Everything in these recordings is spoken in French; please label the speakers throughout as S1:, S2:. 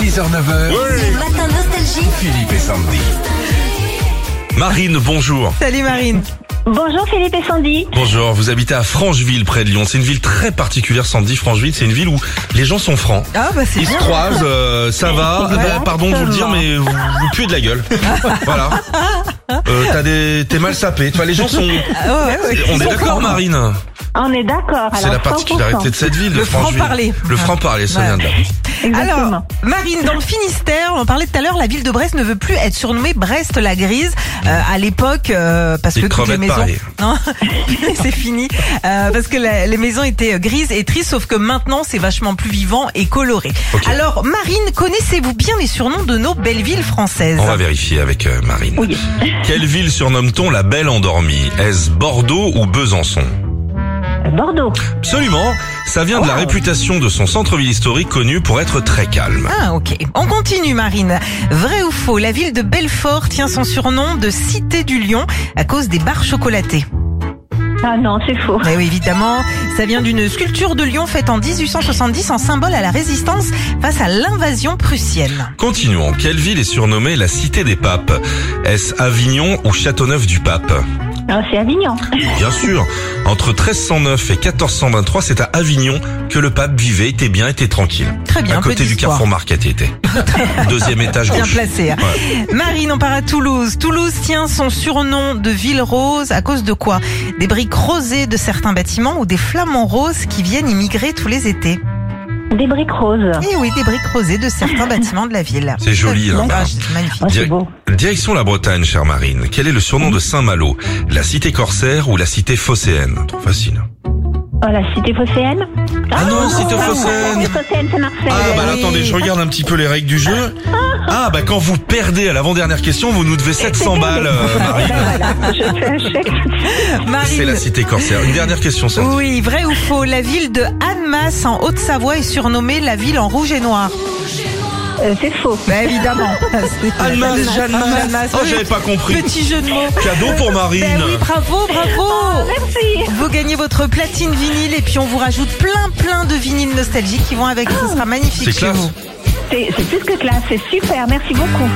S1: 6h-9h,
S2: Oui.
S3: Matin Nostalgie.
S1: Philippe et Sandy.
S2: Marine, bonjour.
S4: Salut Marine.
S5: Bonjour Philippe et Sandy.
S2: Bonjour, vous habitez à Francheville, près de Lyon. C'est une ville très particulière, Sandy. Francheville, c'est une ville où les gens sont francs.
S4: Ah bah c'est
S2: Ils se
S4: bien.
S2: croisent, euh, ça va.
S4: Voilà,
S2: bah, pardon de vous le dire, mais vous, vous puez de la gueule. voilà. Euh, t'as des, t'es mal sapé. Tu vois, les gens sont.
S4: Ah ouais, ouais, ouais.
S2: On est d'accord, Marine.
S5: On est d'accord.
S2: C'est
S5: alors
S2: la
S5: 100%.
S2: particularité de cette ville, de
S4: Le
S2: Francheville.
S4: franc-parler.
S2: Le franc-parler, ça
S4: Ouais.
S2: vient de là.
S5: Exactement.
S4: Alors, Marine, dans le Finistère, on en parlait tout à l'heure, la ville de Brest ne veut plus être surnommée Brest la Grise. Euh, à l'époque, euh, parce
S2: Des
S4: que toutes les
S2: crevettes
S4: maisons,
S2: pareilles.
S4: non, c'est fini, Euh, parce que la- les maisons étaient euh, grises et tristes, sauf que maintenant c'est vachement plus vivant et coloré.
S2: Ok.
S4: Alors, Marine, connaissez-vous bien les surnoms de nos belles villes françaises
S2: On va vérifier avec euh, Marine.
S5: Oui.
S2: Quelle ville surnomme-t-on la Belle Endormie Est-ce Bordeaux ou Besançon
S5: Bordeaux.
S2: Absolument. Ça vient de la réputation de son centre-ville historique connu pour être très calme.
S4: Ah ok. On continue Marine. Vrai ou faux, la ville de Belfort tient son surnom de Cité du Lion à cause des barres chocolatées.
S5: Ah non, c'est faux.
S4: Eh oui, évidemment, ça vient d'une sculpture de lion faite en 1870 en symbole à la résistance face à l'invasion prussienne.
S2: Continuons. Quelle ville est surnommée la Cité des Papes Est-ce Avignon ou Châteauneuf-du-Pape
S5: Ah, c'est Avignon.
S2: Bien sûr. Entre 1309 et 1423, c'est à Avignon que le pape vivait, était bien, était tranquille.
S4: Très bien,
S2: à
S4: un peu
S2: côté du
S4: d'histoire.
S2: Carrefour Market, il était. Deuxième étage
S4: Bien
S2: gauche.
S4: placé. hein. Marine, on part à Toulouse. Toulouse tient son surnom de ville rose à cause de quoi Des briques rosées de certains bâtiments ou des flamants roses qui viennent immigrer tous les étés.
S5: Des briques roses.
S4: Eh oui, des briques rosées de certains bâtiments de la ville.
S2: C'est joli, hein. là-bas.
S4: Ah, c'est magnifique.
S5: Oh, c'est
S2: Direct-
S5: beau.
S2: Direction la Bretagne, chère Marine. Quel est le surnom de Saint-Malo La Cité corsaire ou la Cité phocéenne Trop facile.
S5: Oh, la cité phocéenne.
S2: Ah non, cité
S5: non,
S2: phocéenne.
S5: la Cité phocéenne, c'est Marseille.
S2: Ah bah là,
S4: oui.
S2: attendez, je regarde un petit peu les règles du jeu. Ah bah quand vous perdez à l'avant-dernière question, vous nous devez 700 balles, euh, Marine.
S5: Je fais un chèque.
S2: C'est la
S4: Marine.
S2: cité corsaire. Une dernière question, ça.
S4: Oui, vrai ou faux, la ville de Annemasse en Haute-Savoie est surnommée la ville en rouge et noir.
S5: Euh, c'est faux.
S4: Bah évidemment.
S2: Annemasse, Jeanne Masse.
S4: Annemasse,
S2: Oh,
S4: oui.
S2: j'avais pas compris.
S4: Petit jeu de mots.
S2: Cadeau pour Marine.
S4: Ben oui, bravo, bravo.
S5: Merci.
S4: Vous gagnez votre platine vinyle et puis on vous rajoute plein plein de vinyles nostalgiques qui vont avec. Ce sera magnifique
S2: C'est
S4: chez
S2: classe.
S4: vous.
S5: C'est c'est plus que classe. C'est super. Merci beaucoup.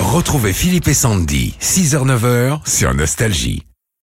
S1: Retrouvez Philippe et Sandy, 6h-9h sur Nostalgie.